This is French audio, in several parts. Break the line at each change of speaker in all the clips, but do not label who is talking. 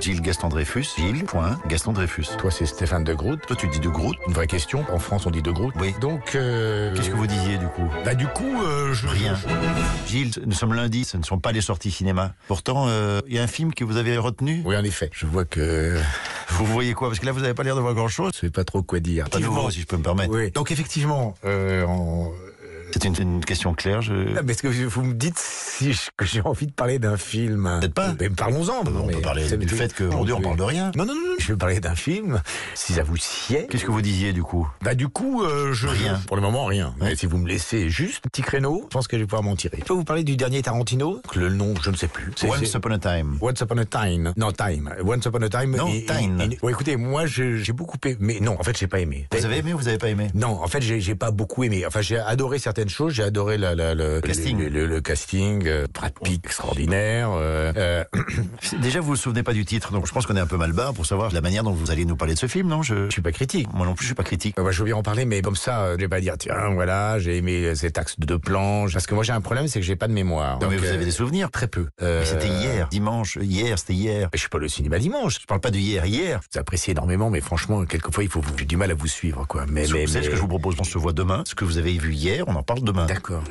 Gilles Gaston Dreyfus, Gilles, point, Gaston Dreyfus.
Toi, c'est Stéphane de Groot.
Toi, tu dis de Groot
Une vraie question. En France, on dit de Groot.
Oui.
Donc, euh,
Qu'est-ce que vous disiez du coup
Bah, du coup, euh, je.
Rien.
je-
Gilles, nous sommes lundi, ce ne sont pas les sorties cinéma. Pourtant, euh, il y a un film que vous avez retenu.
Oui, en effet. Je vois que
Vous voyez quoi Parce que là, vous n'avez pas l'air de voir grand-chose.
je sais pas trop quoi dire.
Pas nouveau, si je peux me permettre.
Oui. Donc, effectivement, euh, en-
C'est une, une question claire. Je...
Ah, mais est-ce que vous me dites si je- que j'ai envie de parler d'un film
Peut-être pas.
Mais parlons-en.
On peut parler du fait qu'aujourd'hui, on parle de rien.
Non, non, non, non, je vais parler d'un film, si ça vous sied.
Qu'est-ce que vous disiez du coup
Bah du coup, euh, je
Rien.
je- Pour le moment, rien. Mais si vous me laissez juste un petit créneau, je pense que je vais pouvoir m'en tirer. Je peux vous parler du dernier Tarantino Le nom, je ne sais plus. C'est-
Once
c'est-
Upon a Time.
Once Upon a Time. Non, Time. Once Upon a Time.
Non,
il- il-
Time.
il- Ouais, écoutez, moi, je- j'ai beaucoup aimé. Mais non, en fait, j'ai pas aimé.
Vous avez aimé ou vous n'avez pas aimé
Non, en fait, j'ai j'ai pas beaucoup aimé. Enfin, j'ai adoré certaines choses. J'ai adoré la, la- le
Casting. Oh.
Le, le- le casting, euh, Brad Pitt extraordinaire. euh, euh,
Déjà, vous vous souvenez pas du titre, donc je pense qu'on est un peu mal bas pour savoir la manière dont vous allez nous parler de ce film, non je...
je suis pas critique.
Moi non plus, je suis pas critique.
Euh, bah, je veux bien en parler, mais comme ça, euh, je vais pas dire tiens, voilà, j'ai aimé euh, cet axe de planche. Parce que moi, j'ai un problème, c'est que j'ai pas de mémoire.
Non, mais
Donc,
vous
euh,
avez des souvenirs.
Très peu. Euh,
Mais C'était hier, dimanche, hier, c'était hier.
Je suis pas le cinéma dimanche.
Je parle pas de hier, hier.
J'apprécie énormément, mais franchement, quelquefois, il faut vous... j'ai du mal à vous suivre, quoi. Mais,
C'est
Eh, mais,
ce
mais-
que je vous propose. On se voit demain. Ce que vous avez vu hier, on en parle demain.
D'accord.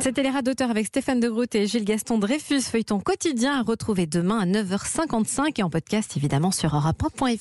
C'était les rats d'auteur avec Stéphane de Groot et Gilles Gaston Dreyfus, feuilleton quotidien à retrouver demain à 9h55 et en podcast évidemment sur europe 1.fr.